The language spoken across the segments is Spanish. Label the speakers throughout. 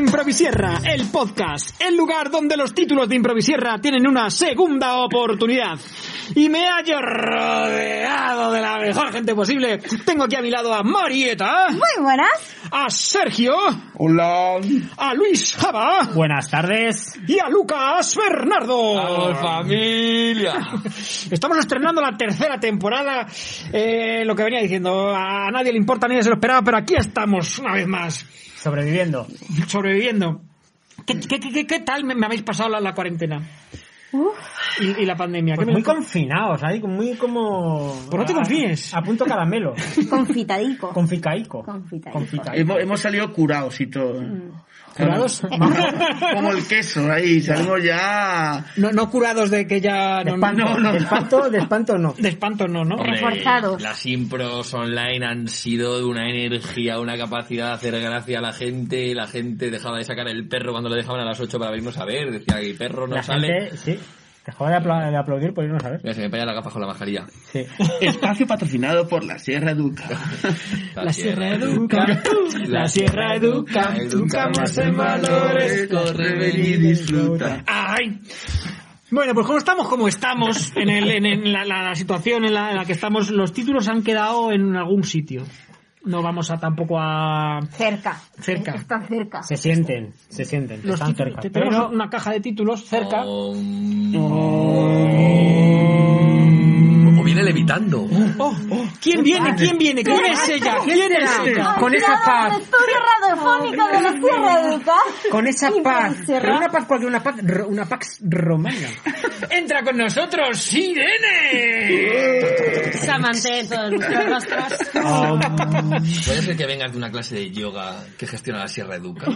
Speaker 1: Improvisierra, el podcast, el lugar donde los títulos de Improvisierra tienen una segunda oportunidad. Y me hallo rodeado de la mejor gente posible. Tengo aquí a mi lado a Marieta,
Speaker 2: Muy buenas.
Speaker 1: a Sergio,
Speaker 3: Hola.
Speaker 1: a Luis Java
Speaker 4: Buenas tardes.
Speaker 1: y a Lucas Bernardo.
Speaker 3: familia.
Speaker 1: Estamos estrenando la tercera temporada. eh, lo que venía diciendo, a nadie le importa, nadie se lo esperaba, pero aquí estamos una vez más.
Speaker 4: Sobreviviendo.
Speaker 1: sobreviviendo. ¿Qué, qué, qué- qué- qué tal me, me habéis pasado la, la cuarentena? Y, y la pandemia.
Speaker 4: Pues
Speaker 1: ¿Qué me-
Speaker 4: muy confinados, ahí muy como...
Speaker 1: Pues no te
Speaker 4: a-
Speaker 1: confíes.
Speaker 4: A, punto caramelo.
Speaker 2: Confitadico.
Speaker 4: Conficaico.
Speaker 2: Confitaico.
Speaker 4: Confitaico.
Speaker 3: Hemos, hemos salido curados y todo. ¿eh?
Speaker 4: Curados,
Speaker 3: Como el queso, ahí salimos ya.
Speaker 1: no, no curados de que ya...
Speaker 4: de
Speaker 1: No, no,
Speaker 4: espanto,
Speaker 3: no, no.
Speaker 4: de espanto, de espanto no.
Speaker 1: de espanto no, ¿no?
Speaker 5: Hombre,
Speaker 2: Reforzados.
Speaker 5: Las impros online han sido de una energía, una capacidad de hacer gracia a la gente. La gente dejaba de sacar el perro cuando le dejaban a las 8 para venirnos a ver. Decía que el perro no
Speaker 4: La
Speaker 5: sale.
Speaker 4: gente, sí. Dejaba de, apla- de aplaudir pues por irnos a ver.
Speaker 5: Mira, se me pega la gafa con la mascarilla.
Speaker 4: Sí.
Speaker 3: Espacio patrocinado por la Sierra Duca.
Speaker 1: La sierra educa, la sierra educa, educa más en valores,
Speaker 3: corre, ven y disfruta.
Speaker 1: ¡Ay! Bueno, pues como estamos como estamos, en, el, en, en la, la- la situación en la, en la que estamos, los títulos han quedado en algún sitio. No vamos a tampoco a...
Speaker 2: Cerca.
Speaker 1: Cerca.
Speaker 2: Están cerca.
Speaker 4: Se sienten, se sienten,
Speaker 1: Los
Speaker 4: están
Speaker 1: títulos-
Speaker 4: cerca.
Speaker 1: te- tenemos
Speaker 4: Pero
Speaker 1: una caja de títulos cerca.
Speaker 5: O, o viene levitando.
Speaker 1: Oh, oh, ¿Quién viene? ¿Quién viene? ¿Quién es ella? ¿Quién es ella?
Speaker 4: con esa paz.
Speaker 2: El estudio radiofónico de la Sierra de Duca.
Speaker 4: con esa paz,
Speaker 2: Infracerra-
Speaker 4: pero una paz cualquiera, una paz, ro- una pax romana.
Speaker 1: Entra con nosotros, Sirene.
Speaker 6: Samantha, todos nuestros rostros.
Speaker 5: Puede ser que vengas de una clase de yoga que gestiona la Sierra Educa.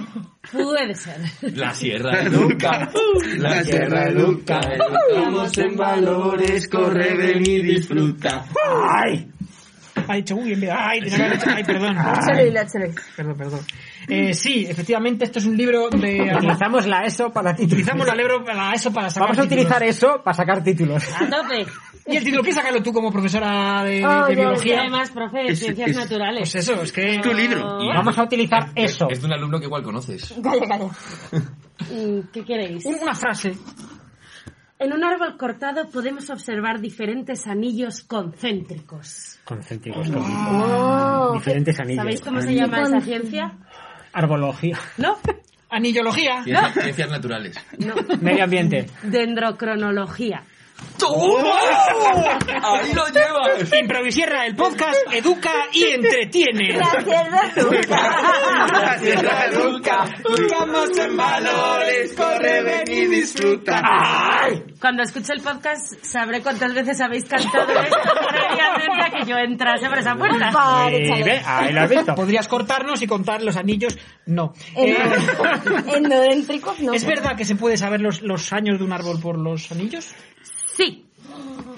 Speaker 6: Puede ser.
Speaker 5: La Sierra Educa.
Speaker 3: La Sierra Duca. Educamos en valores, corre, ven y disfruta.
Speaker 1: ¡Ay! Ha dicho, uy, en vez de- ¡Ay! tenía que haber dicho, ¡Ay, perdón!
Speaker 4: Ah.
Speaker 1: Perdón, perdón. Eh, sí, efectivamente, esto es un libro de...
Speaker 4: Utilizamos la ESO para titular.
Speaker 1: Utilizamos la libro para eso para sacar
Speaker 4: Vamos a utilizar
Speaker 1: títulos.
Speaker 4: eso para sacar títulos.
Speaker 6: A tope.
Speaker 1: Y el título, ¿qué sacarlo tú como profesora de, de-
Speaker 2: Oh,
Speaker 1: de
Speaker 2: ya,
Speaker 6: Y
Speaker 1: biología?
Speaker 6: además, profe de Ah.
Speaker 3: Es-
Speaker 6: ciencias
Speaker 3: es-
Speaker 6: naturales.
Speaker 1: Pues eso, es que...
Speaker 3: Tu libro.
Speaker 5: Y-
Speaker 4: Vamos a utilizar eso.
Speaker 5: Es de un alumno que igual conoces.
Speaker 2: Calla, calla.
Speaker 6: Mm, ¿Qué queréis?
Speaker 1: Una frase.
Speaker 6: En un árbol cortado podemos observar diferentes anillos concéntricos.
Speaker 4: Concéntricos.
Speaker 2: Oh,
Speaker 4: Diferentes anillos.
Speaker 6: Ah. ¿Sabéis cómo se llama esa ciencia?
Speaker 4: Arbología.
Speaker 6: ¿No?
Speaker 1: Anillología.
Speaker 5: Ciencias, ciencias naturales.
Speaker 6: No.
Speaker 4: Medio ambiente.
Speaker 6: Dendrocronología.
Speaker 5: ¡Ahí lo llevas!
Speaker 1: Improvisierra, el podcast educa y entretiene.
Speaker 2: La Sierra de
Speaker 3: La
Speaker 2: Duca.
Speaker 3: Sierra Duca. Educamos en valores, corre, ven y disfruta.
Speaker 6: Cuando escuche el podcast sabré cuántas veces habéis cantado esto previamente a que yo entrase por esa puerta.
Speaker 2: Vale,
Speaker 4: Muy
Speaker 2: chale.
Speaker 4: bien, Ah, ahí lo has visto.
Speaker 1: Podrías cortarnos y contar los anillos. No. Eh,
Speaker 2: Endo- Endodéntricos, no.
Speaker 1: ¿Es verdad que se puede saber los, los años de un árbol por los anillos?
Speaker 6: Sí,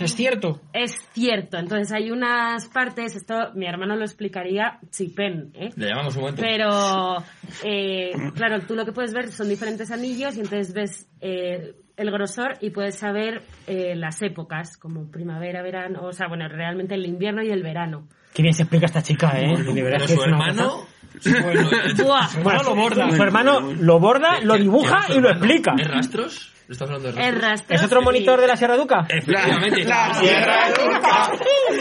Speaker 1: Es cierto.
Speaker 6: Es cierto, entonces hay unas partes, esto mi hermano lo explicaría chipen, ¿eh?
Speaker 5: Le llamamos un momento.
Speaker 6: Pero, eh, claro, tú lo que puedes ver son diferentes anillos y entonces ves eh, el grosor y puedes saber eh, las épocas, como primavera, verano, o sea, bueno, realmente el invierno y el verano.
Speaker 4: Qué bien se explica esta chica, ¿eh? De verdad
Speaker 5: Pero
Speaker 4: que
Speaker 5: su
Speaker 4: es una
Speaker 5: hermano...
Speaker 4: cosa.
Speaker 5: Bueno,
Speaker 6: ¡Buah!
Speaker 4: Bueno,
Speaker 1: No lo borda.
Speaker 4: Su hermano lo borda, Ah, lo dibuja y lo explica.
Speaker 5: ¿Es rastros? ¿Estás hablando de
Speaker 6: El
Speaker 5: rastros?
Speaker 6: rastro.
Speaker 4: ¿Es otro monitor de la Sierra Duca?
Speaker 5: Eh, Efectivamente.
Speaker 3: Sierra Educa,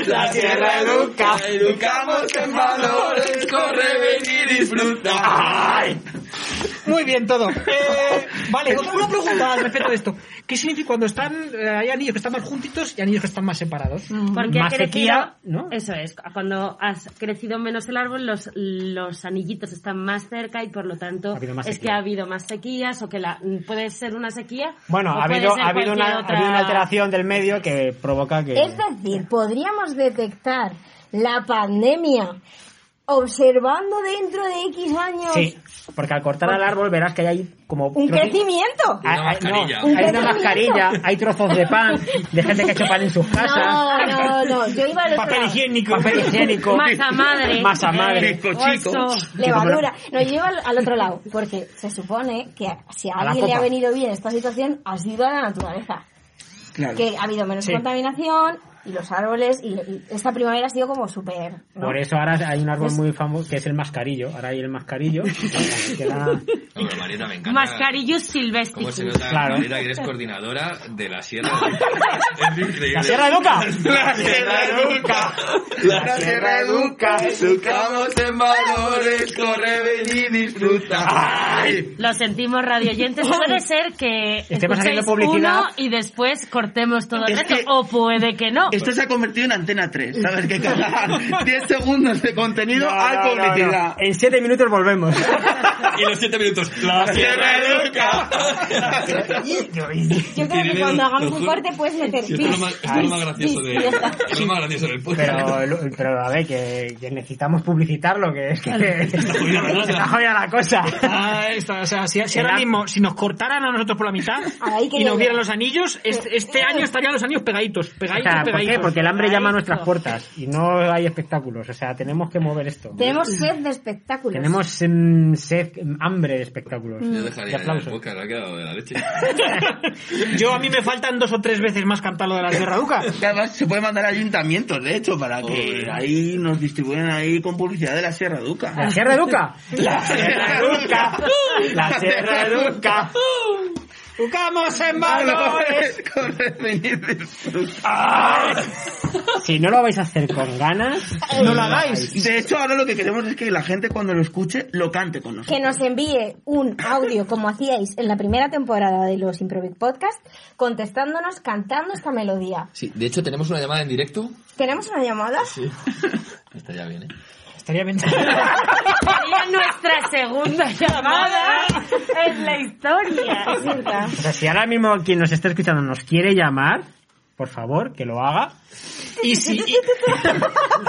Speaker 3: la Sierra Educa, educamos en valores, corre, ven y disfruta.
Speaker 1: Muy bien, todo. Eh, vale, otra- una pregunta al respecto de esto. ¿Qué significa cuando están, eh, hay anillos que están más juntitos y anillos que están más separados?
Speaker 6: Porque
Speaker 4: Más
Speaker 6: ha crecido,
Speaker 4: sequía, ¿no?
Speaker 6: Eso es, cuando has crecido menos el árbol, los, los anillitos están más cerca y por lo tanto
Speaker 4: Ha habido más
Speaker 6: es que
Speaker 4: sequía.
Speaker 6: ha habido más sequías o que la, puede ser una sequía.
Speaker 4: Bueno,
Speaker 6: o
Speaker 4: ha
Speaker 6: Pues puede
Speaker 4: habido,
Speaker 6: ser
Speaker 4: ha, habido
Speaker 6: cualquier
Speaker 4: una, ha
Speaker 6: otra-
Speaker 4: habido una alteración del medio que provoca que...
Speaker 2: Es decir, podríamos detectar la pandemia observando dentro de X años
Speaker 4: Sí, porque al cortar
Speaker 6: Pues
Speaker 4: al árbol verás que hay como...
Speaker 2: un
Speaker 4: trocitos-
Speaker 2: crecimiento.
Speaker 4: Ah,
Speaker 5: Una
Speaker 4: ah, no,
Speaker 5: mascarilla.
Speaker 2: Un
Speaker 4: hay una
Speaker 2: crecimiento.
Speaker 4: mascarilla, hay trozos de pan, de gente que ha hecho pan en sus casas,
Speaker 2: No, no, no. Yo iba a los
Speaker 1: Papel higiénico.
Speaker 4: papel higiénico...
Speaker 6: Masa madre.
Speaker 4: Masa madre.
Speaker 6: Eh,
Speaker 3: Bizcochitos.
Speaker 6: oso.
Speaker 2: Levadura. No, yo iba al, al otro lado, porque se supone que si a
Speaker 4: A la
Speaker 2: alguien le ha
Speaker 4: popa.
Speaker 2: venido bien esta situación, ha sido a la naturaleza. Que ha habido menos contaminación, y los árboles y, y esta primavera ha sido como súper... ¿no?
Speaker 4: Por eso ahora hay un árbol muy famoso que es el mascarillo. Ahora hay el mascarillo. que da-
Speaker 5: No, pero Marieta, me encanta.
Speaker 6: Mascarillos
Speaker 5: ¿Cómo
Speaker 6: silvestres.
Speaker 5: se nota,
Speaker 4: Claro.
Speaker 5: Marieta, que eres coordinadora de la Sierra de Luca? Es increíble.
Speaker 4: ¡La Sierra de Luca!
Speaker 3: La sierra educa, la sierra educa, educamos en valores, corre, ven y disfruta. ¡Ay!
Speaker 6: Lo sentimos, radio oyentes. Puede ser que
Speaker 4: Estemos haciendo
Speaker 6: escuchéis
Speaker 4: publicidad.
Speaker 6: uno y después cortemos todo el
Speaker 3: Es
Speaker 6: resto.
Speaker 3: que-
Speaker 6: O puede que no.
Speaker 3: Esto se ha convertido en antena 3, ¿sabes qué cagar? 10 segundos de contenido
Speaker 4: No,
Speaker 3: al
Speaker 4: no, no, no.
Speaker 3: publicidad.
Speaker 4: En siete minutos volvemos.
Speaker 5: Y los siete minutos. La
Speaker 3: Sierra educa.
Speaker 2: Yo creo que
Speaker 5: Tiene-
Speaker 2: cuando hagamos
Speaker 5: lo
Speaker 2: un
Speaker 5: juro.
Speaker 2: corte puedes meter
Speaker 5: Sí, esto es lo más, esto es lo más gracioso de,
Speaker 2: pis, ya está.
Speaker 5: es lo más gracioso del podcast.
Speaker 4: Pero, lo- pero a ver, que, que necesitamos publicitarlo, que es que se
Speaker 5: jodida la cosa.
Speaker 4: está jodida la cosa.
Speaker 1: Ah, esta, o sea, si, si ahora
Speaker 4: Era-
Speaker 1: mismo, si nos cortaran a nosotros por la mitad
Speaker 2: Ahí que
Speaker 1: y nos
Speaker 2: yo-
Speaker 1: dieran los anillos, es- este año estarían los anillos pegaditos,
Speaker 4: O
Speaker 1: pegaditos,
Speaker 4: sea, ¿Por
Speaker 1: pegaditos.
Speaker 4: qué? Porque el hambre llama a nuestras puertas y no hay espectáculos. O sea, tenemos que mover esto.
Speaker 2: Tenemos sed de espectáculos.
Speaker 4: Tenemos mm, sed, mm, hambre de espectáculos.
Speaker 5: Yo
Speaker 4: De
Speaker 5: dejaría ya el
Speaker 4: aplausos.
Speaker 5: podcast, ha quedado de la leche.
Speaker 1: Yo a mí me faltan dos o tres veces más cantar lo de la Sierra Duca.
Speaker 3: Que Además, se puede mandar a ayuntamientos, de hecho, para que
Speaker 5: Joder.
Speaker 3: ahí nos distribuyan ahí con publicidad de la Sierra Educa.
Speaker 4: ¿La Sierra de Luca?
Speaker 3: La Sierra Educa.
Speaker 4: La Sierra Educa.
Speaker 1: ¡Ducamos en valores!
Speaker 3: Valores, corre, ven y disfruta.
Speaker 4: Si no lo vais a hacer con ganas,
Speaker 1: ¡No la hagáis!
Speaker 3: De hecho, ahora lo que queremos es que la gente cuando lo escuche lo cante con nosotros.
Speaker 2: que nos envíe un audio como hacíais en la primera temporada de los Improvic Podcast contestándonos cantando esta melodía.
Speaker 5: Sí, de hecho, tenemos una llamada en directo.
Speaker 2: ¿Tenemos una llamada?
Speaker 5: Está ya bien, ¿eh?
Speaker 1: Estaría bien.
Speaker 6: Sería nuestra segunda llamada en la historia.
Speaker 4: o sea, si ahora mismo quien nos está escuchando nos quiere llamar, por favor, que lo haga.
Speaker 1: Y si, y,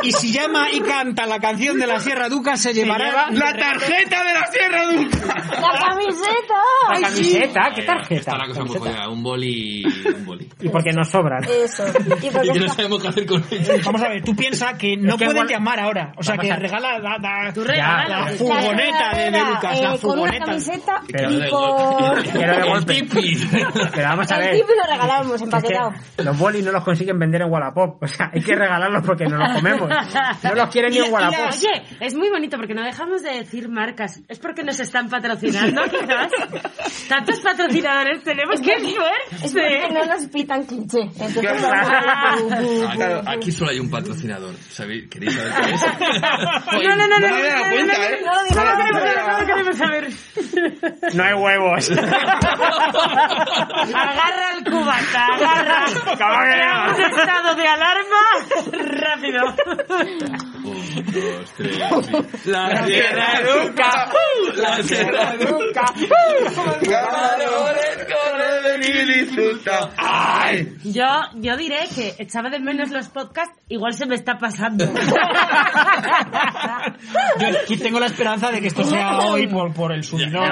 Speaker 1: y si llama y canta la canción de la Sierra Duca, se llevará...
Speaker 3: ¡La tarjeta de la Sierra Duca!
Speaker 2: ¡La
Speaker 4: La
Speaker 2: camiseta!
Speaker 4: camiseta, Ah, ¿qué
Speaker 5: Ahí va,
Speaker 4: tarjeta?
Speaker 5: Está la cosa muy
Speaker 4: Camiseta.
Speaker 5: jodida. Un boli. Un boli.
Speaker 4: y porque nos sobran.
Speaker 2: Eso. Y porque
Speaker 5: Y que no
Speaker 2: está-
Speaker 5: sabemos qué hacer con ella.
Speaker 1: Vamos a ver, tú piensas que no
Speaker 4: que
Speaker 1: pueden
Speaker 4: igual-
Speaker 1: llamar ahora. O sea,
Speaker 4: Vamos
Speaker 1: que
Speaker 4: a-
Speaker 1: regala da- da-
Speaker 6: Tú
Speaker 4: Ya,
Speaker 1: la
Speaker 6: regalas.
Speaker 2: la
Speaker 1: furgoneta de, de
Speaker 2: verdadera,
Speaker 1: Lucas, la
Speaker 2: eh, Con una
Speaker 1: furgoneta.
Speaker 2: camiseta
Speaker 4: Pero
Speaker 2: y
Speaker 5: de
Speaker 2: con...
Speaker 4: Pero de golpe. Pero vamos a
Speaker 2: El
Speaker 4: ver.
Speaker 2: tip lo regalamos empaquetado.
Speaker 4: Es que los bolis no los consiguen vender en Wallapop. O sea, hay que regalarlos porque no los comemos. No los quieren ni en Wallapop.
Speaker 6: Oye, es muy bonito porque no dejamos de decir marcas. Es porque nos están patrocinando, quizás. Tantos patrocinadores tenemos, qué
Speaker 2: Es
Speaker 6: suerte.
Speaker 2: porque no nos pitan cliché. Entonces, pues,
Speaker 3: Claro.
Speaker 2: vamos a-
Speaker 5: Ah, claro, aquí solo hay un patrocinador. ¿Sabéis? ¿Queréis saber qué es?
Speaker 6: No, no, no, no,
Speaker 3: No
Speaker 6: no,
Speaker 3: me había dado
Speaker 6: no, no,
Speaker 3: cuenta,
Speaker 6: no,
Speaker 3: ¿eh?
Speaker 6: no, no, no lo queremos saber, no lo queremos saber.
Speaker 4: No hay huevos.
Speaker 6: Agarra el cubata, agarra. Creamos estado de alarma. Rápido.
Speaker 5: Un, dos, tres. sí. La
Speaker 3: Sierra Educa.
Speaker 5: La Sierra Educa.
Speaker 3: Valores, corre, ven y disfruta. ¡Ay!
Speaker 6: Yo, yo diré que echaba de menos los podcasts, igual se me está pasando.
Speaker 1: Yo aquí tengo la esperanza de que esto sea hoy por, por el subidón.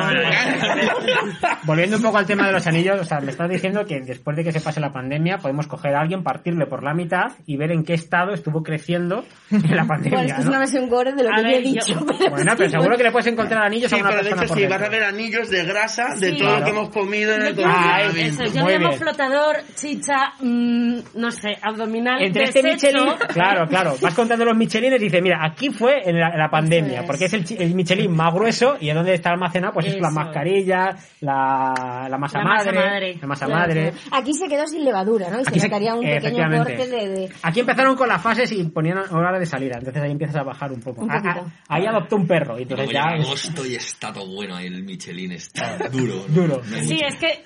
Speaker 4: Volviendo un poco al tema de los anillos, o sea, me estás diciendo que después de que se pase la pandemia podemos coger a alguien, partirle por la mitad y ver en qué estado estuvo creciendo en la
Speaker 2: Bueno,
Speaker 4: pandemia,
Speaker 2: es pues que
Speaker 4: ¿no?
Speaker 2: no me sé un gordo de lo
Speaker 6: A
Speaker 2: que yo he
Speaker 6: ver, yo-
Speaker 2: dicho.
Speaker 4: Bueno, pero seguro que le puedes encontrar anillos
Speaker 3: Sí,
Speaker 4: a una
Speaker 3: pero de
Speaker 4: persona
Speaker 3: hecho
Speaker 4: por
Speaker 3: sí, vas
Speaker 4: dentro.
Speaker 3: a ver anillos de grasa de
Speaker 6: Sí.
Speaker 3: todo lo
Speaker 4: Claro.
Speaker 3: que hemos comido en el
Speaker 6: Yo llamo-
Speaker 3: coronavirus.
Speaker 6: eso, yo
Speaker 4: Muy
Speaker 6: llamo
Speaker 4: bien.
Speaker 6: flotador, chicha, mm, no sé, abdominal,
Speaker 4: Entre este
Speaker 6: desecho.
Speaker 4: Michelin, claro, claro, vas contando los Michelines y dices, mira, aquí fue en la, en la pandemia,
Speaker 2: es.
Speaker 4: porque es el, chi- el Michelin más grueso y en donde está almacenado, pues es la
Speaker 6: Eso.
Speaker 4: mascarilla, la, la masa
Speaker 6: La masa
Speaker 4: madre,
Speaker 6: madre.
Speaker 4: la masa
Speaker 2: Claro,
Speaker 4: madre.
Speaker 2: claro. Aquí se quedó sin levadura, ¿no? Y se
Speaker 4: Aquí se-
Speaker 2: sacaría un pequeño
Speaker 4: efectivamente.
Speaker 2: corte de... de-
Speaker 4: Aquí empezaron con las fases y ponían hora de salida, entonces ahí empiezas a bajar un poco.
Speaker 2: Un
Speaker 4: Ah,
Speaker 2: poquito.
Speaker 4: ah, ahí adoptó un perro y entonces
Speaker 5: Luego
Speaker 4: ya es
Speaker 5: llega
Speaker 4: Ah,
Speaker 5: agosto y está todo bueno ahí el Michelin. Está duro. ¿no?
Speaker 4: duro.
Speaker 5: No hay
Speaker 6: Sí, es que,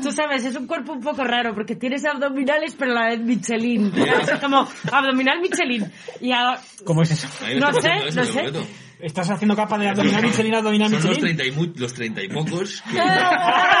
Speaker 6: tú sabes, es un cuerpo un poco raro, porque tienes abdominales, pero a la vez Michelin. Es como abdominal Michelin. Y ahora,
Speaker 4: ¿Cómo es eso?
Speaker 5: Ahí me
Speaker 6: No
Speaker 5: está
Speaker 6: sé,
Speaker 5: pasando eso,
Speaker 6: no
Speaker 5: de
Speaker 6: sé.
Speaker 5: momento.
Speaker 1: Estás haciendo capa de abdominal Michelin, abdominal
Speaker 5: Son los
Speaker 1: Michelin.
Speaker 5: treinta y, mu- los treinta y pocos. que-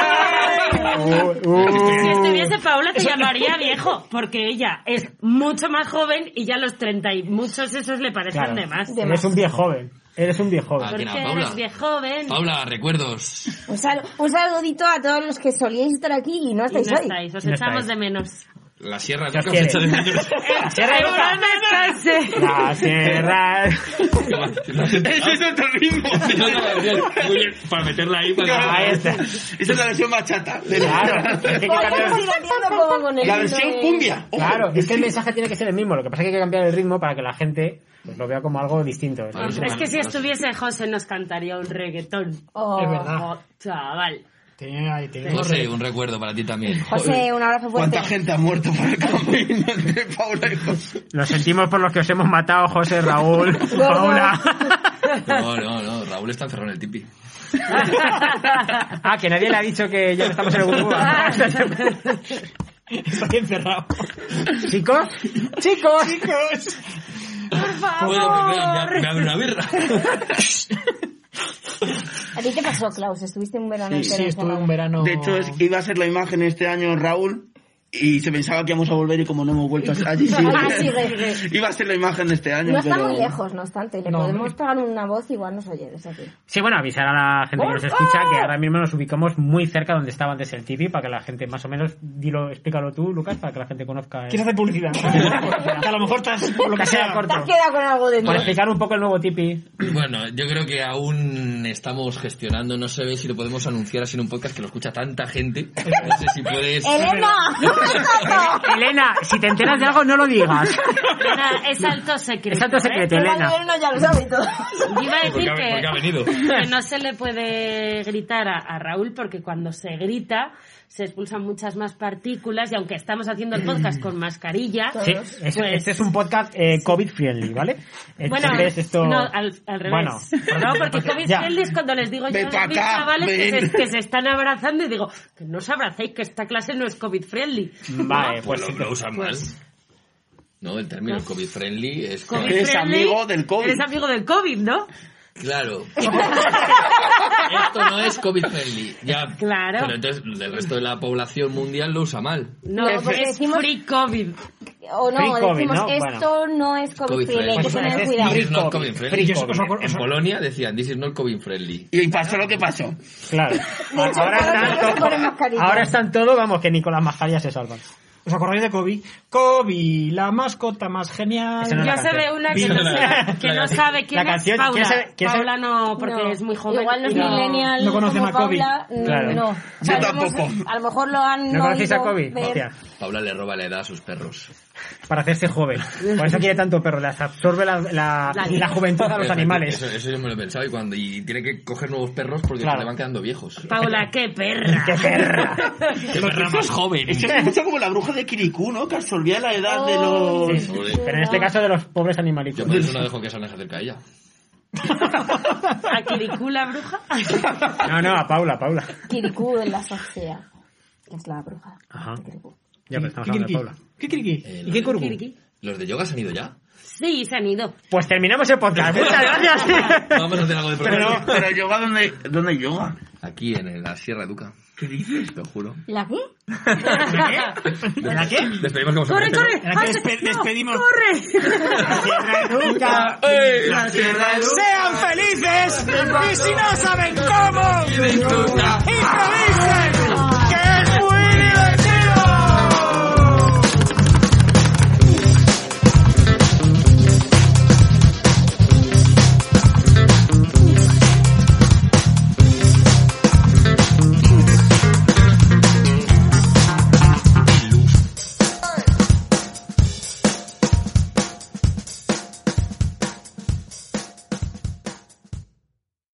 Speaker 4: Uh, uh.
Speaker 6: Si estuviese Paula te llamaría viejo, porque ella es mucho más joven y ya los 30 y muchos esos le parecen
Speaker 4: Claro.
Speaker 6: de más.
Speaker 2: De
Speaker 4: Eres
Speaker 2: más.
Speaker 4: un viejo joven. Eres un viejo joven.
Speaker 5: Ah,
Speaker 6: Porque
Speaker 5: ¿quién era? Paula.
Speaker 6: eres viejo joven
Speaker 5: Paula, recuerdos.
Speaker 2: Un, sal- un saludito a todos los que solíais estar aquí y no
Speaker 6: y no
Speaker 2: estáis hoy.
Speaker 6: estáis, os
Speaker 4: No
Speaker 6: echamos
Speaker 4: estáis.
Speaker 6: de menos.
Speaker 5: La sierra
Speaker 4: ¿Qué
Speaker 5: nunca os
Speaker 4: quieres?
Speaker 5: echa de menos.
Speaker 4: La sierra de Lucas. La sierra.
Speaker 3: Ese es otro ritmo.
Speaker 5: Muy bien, para meterla ahí, para...
Speaker 4: Ahí está.
Speaker 3: Esa es la versión bachata. de la-
Speaker 4: Claro. Es que hay que cambiar-
Speaker 2: Podemos ir haciendo como con el
Speaker 3: La
Speaker 2: himno
Speaker 3: versión
Speaker 2: de-
Speaker 3: cumbia. Ojo.
Speaker 4: Claro, es que el mensaje tiene que ser el mismo. Lo que pasa es que hay que cambiar el ritmo para que la gente pues, lo vea como algo distinto.
Speaker 5: Vale.
Speaker 6: Es que si estuviese José nos cantaría un reggaetón.
Speaker 2: Oh,
Speaker 7: Es verdad.
Speaker 6: Oh, chaval.
Speaker 7: Tenía ahí, tenía
Speaker 5: José, un recuerdo para ti también.
Speaker 2: José, un abrazo fuerte.
Speaker 3: ¿Cuánta gente ha muerto por el camino entre Paula y José?
Speaker 4: Lo sentimos por los que os hemos matado, José, Raúl, Paula.
Speaker 5: No, no, no, Raúl está encerrado en el tipi.
Speaker 4: ah, que nadie le ha dicho que ya no estamos en el grupo.
Speaker 7: Estoy encerrado.
Speaker 4: Chicos, chicos.
Speaker 7: Chicos.
Speaker 5: Bueno, me, me, me abre una birra.
Speaker 2: ¿A ti te pasó, Klaus? ¿Estuviste un verano
Speaker 7: Sí,
Speaker 2: entero
Speaker 7: sí, estuve
Speaker 2: encerrado?
Speaker 7: un verano.
Speaker 3: De hecho, es que iba a ser la imagen este año Raúl y se pensaba que íbamos a volver y como no hemos vuelto hasta allí, sí.
Speaker 2: Ah, sigue,
Speaker 3: iba a ser la imagen de este año.
Speaker 2: No está
Speaker 3: pero-
Speaker 2: muy lejos, no obstante. Le
Speaker 7: No,
Speaker 2: podemos pegar una voz, igual nos oye desde aquí.
Speaker 4: Sí, bueno, avisar a la gente que nos escucha que ahora mismo nos ubicamos muy cerca donde estaba antes el tipi para que la gente más o menos, dilo, explícalo tú, Lucas, para que la gente conozca. el-
Speaker 7: ¿Quieres hacer publicidad? Que a lo mejor estás por lo que
Speaker 4: Que sea
Speaker 7: sea.
Speaker 4: corto.
Speaker 2: ¿Te has quedado con algo de
Speaker 4: Para
Speaker 2: mí?
Speaker 4: explicar un poco el nuevo tipi.
Speaker 5: Bueno, yo creo que aún estamos gestionando, no sé si lo podemos anunciar así en un podcast que lo escucha tanta gente. No sé si puedes...
Speaker 2: ¡Elena!
Speaker 4: Elena, si te enteras de algo, no lo digas.
Speaker 6: Nada, es alto secreto.
Speaker 4: Es alto secreto,
Speaker 6: ¿eh?
Speaker 4: Elena.
Speaker 2: Elena ya lo sabe todo.
Speaker 6: Yo Iba a
Speaker 5: ¿Por
Speaker 6: decir
Speaker 5: qué ha- por qué ha venido?
Speaker 6: que, que no se le puede gritar a, a Raúl porque cuando se grita se expulsan muchas más partículas y aunque estamos haciendo el podcast con mascarilla,
Speaker 4: Sí, es- este es un podcast eh, COVID-friendly, ¿vale?
Speaker 6: bueno,
Speaker 4: Entonces, esto...
Speaker 6: no, al, al revés.
Speaker 4: Bueno,
Speaker 6: no, porque COVID
Speaker 4: ya.
Speaker 6: friendly es cuando les digo yo
Speaker 3: Ven
Speaker 6: a
Speaker 3: pa'
Speaker 6: mis
Speaker 3: acá,
Speaker 6: chavales que
Speaker 3: ven.
Speaker 6: se, que se están abrazando y digo, que no os abracéis, que esta clase no es COVID friendly.
Speaker 4: Vale, pues...
Speaker 5: Pues lo, lo usan más. No, el término COVID-friendly es...
Speaker 6: COVID
Speaker 5: que-
Speaker 3: Eres amigo del COVID.
Speaker 6: Eres amigo del COVID, ¿no?
Speaker 5: Claro. Esto no es COVID-friendly. Ya.
Speaker 6: Claro.
Speaker 5: Pero entonces el resto de la población mundial lo usa mal.
Speaker 6: No,
Speaker 2: No, porque
Speaker 6: es
Speaker 2: decimos-
Speaker 6: free COVID.
Speaker 2: O no,
Speaker 4: Free COVID,
Speaker 2: decimos,
Speaker 4: ¿no? Bueno.
Speaker 2: esto no es COVID friendly, hay que
Speaker 5: Pues
Speaker 2: tener
Speaker 4: es
Speaker 2: cuidado.
Speaker 5: This is
Speaker 4: COVID.
Speaker 5: not COVID-friendly.
Speaker 4: Free COVID.
Speaker 5: En Polonia decían, this is not COVID-friendly.
Speaker 3: Y pasó lo que pasó.
Speaker 4: Claro.
Speaker 2: De hecho,
Speaker 4: Ahora
Speaker 2: todos
Speaker 4: están,
Speaker 2: se ponen
Speaker 4: todo,
Speaker 2: mascarilla.
Speaker 4: ahora están todo, vamos, que ni con las mascarillas se salvan.
Speaker 7: ¿Os acordáis de Kobe? Kobe, la mascota más genial.
Speaker 4: Ese no
Speaker 6: Yo
Speaker 4: la
Speaker 6: se
Speaker 4: canción.
Speaker 6: ve una que
Speaker 5: Vino
Speaker 6: no,
Speaker 5: la-
Speaker 6: sabe- que
Speaker 5: la
Speaker 6: no
Speaker 5: canción.
Speaker 6: sabe quién
Speaker 4: La canción,
Speaker 6: es Paula.
Speaker 4: ¿quién sabe- quién sabe?
Speaker 6: Paula no, porque
Speaker 2: No,
Speaker 6: es muy joven.
Speaker 2: Igual los
Speaker 6: y no-
Speaker 2: millennials
Speaker 7: No conocen
Speaker 2: como
Speaker 7: a Kobe.
Speaker 2: Paula, mm,
Speaker 4: Claro.
Speaker 2: No.
Speaker 3: Yo
Speaker 2: Sabemos-
Speaker 3: tampoco.
Speaker 2: A lo mejor lo han
Speaker 4: ¿No conocéis a
Speaker 2: oído
Speaker 4: Kobe?
Speaker 2: ver.
Speaker 4: Hostia,
Speaker 5: Paula le roba la edad a sus perros.
Speaker 4: para hacerse joven. Por eso quiere tanto perro, les absorbe la, la,
Speaker 6: La-
Speaker 4: la juventud a los
Speaker 5: Eso,
Speaker 4: animales.
Speaker 5: eso yo me lo he pensado. Y, cuando, y tiene que coger nuevos perros porque
Speaker 4: Claro.
Speaker 5: se le van quedando viejos.
Speaker 6: Paula, qué perra.
Speaker 4: ¡Qué perra!
Speaker 5: ¡Qué perra más joven!
Speaker 3: Eso es mucho como la bruja de Kirikú, ¿no? Que absorbía la edad de los...
Speaker 5: Joder.
Speaker 4: Pero en este caso de los pobres animalitos.
Speaker 5: Yo por eso no dejo que Sana se acerque a ella.
Speaker 6: ¿A Kirikú la bruja?
Speaker 4: No, no, a Paula, a Paula.
Speaker 2: Kirikú en la sociedad, que es la bruja.
Speaker 4: Ajá.
Speaker 2: de Kirikú.
Speaker 4: Ya, pero estamos hablando de
Speaker 7: Kikiriki.
Speaker 4: Paula.
Speaker 7: Kikiriki.
Speaker 5: Eh,
Speaker 7: ¿Y qué
Speaker 5: lo de-
Speaker 7: curvo?
Speaker 6: Kirikí.
Speaker 5: ¿Los de yoga se han ido ya?
Speaker 6: Sí, se han ido.
Speaker 4: Pues terminamos el podcast. Muchas gracias.
Speaker 5: Vamos a hacer algo de
Speaker 3: Pero,
Speaker 5: programa.
Speaker 3: pero yoga, ¿dónde, ¿dónde yoga?
Speaker 5: Aquí en la Sierra Duca. ¿Qué dices? Te lo juro.
Speaker 2: ¿La qué?
Speaker 5: ¿La qué? Despedimos como se
Speaker 6: ¡Corre,
Speaker 5: merece, ¿no?
Speaker 6: corre!
Speaker 7: ¿En la que
Speaker 6: ¡Ah,
Speaker 7: despe-
Speaker 6: no!
Speaker 7: despedimos?
Speaker 4: Sierra Nuca.
Speaker 5: ¡Ey!
Speaker 3: La Sierra
Speaker 7: ¡Sean felices! ¡Y si no saben cómo!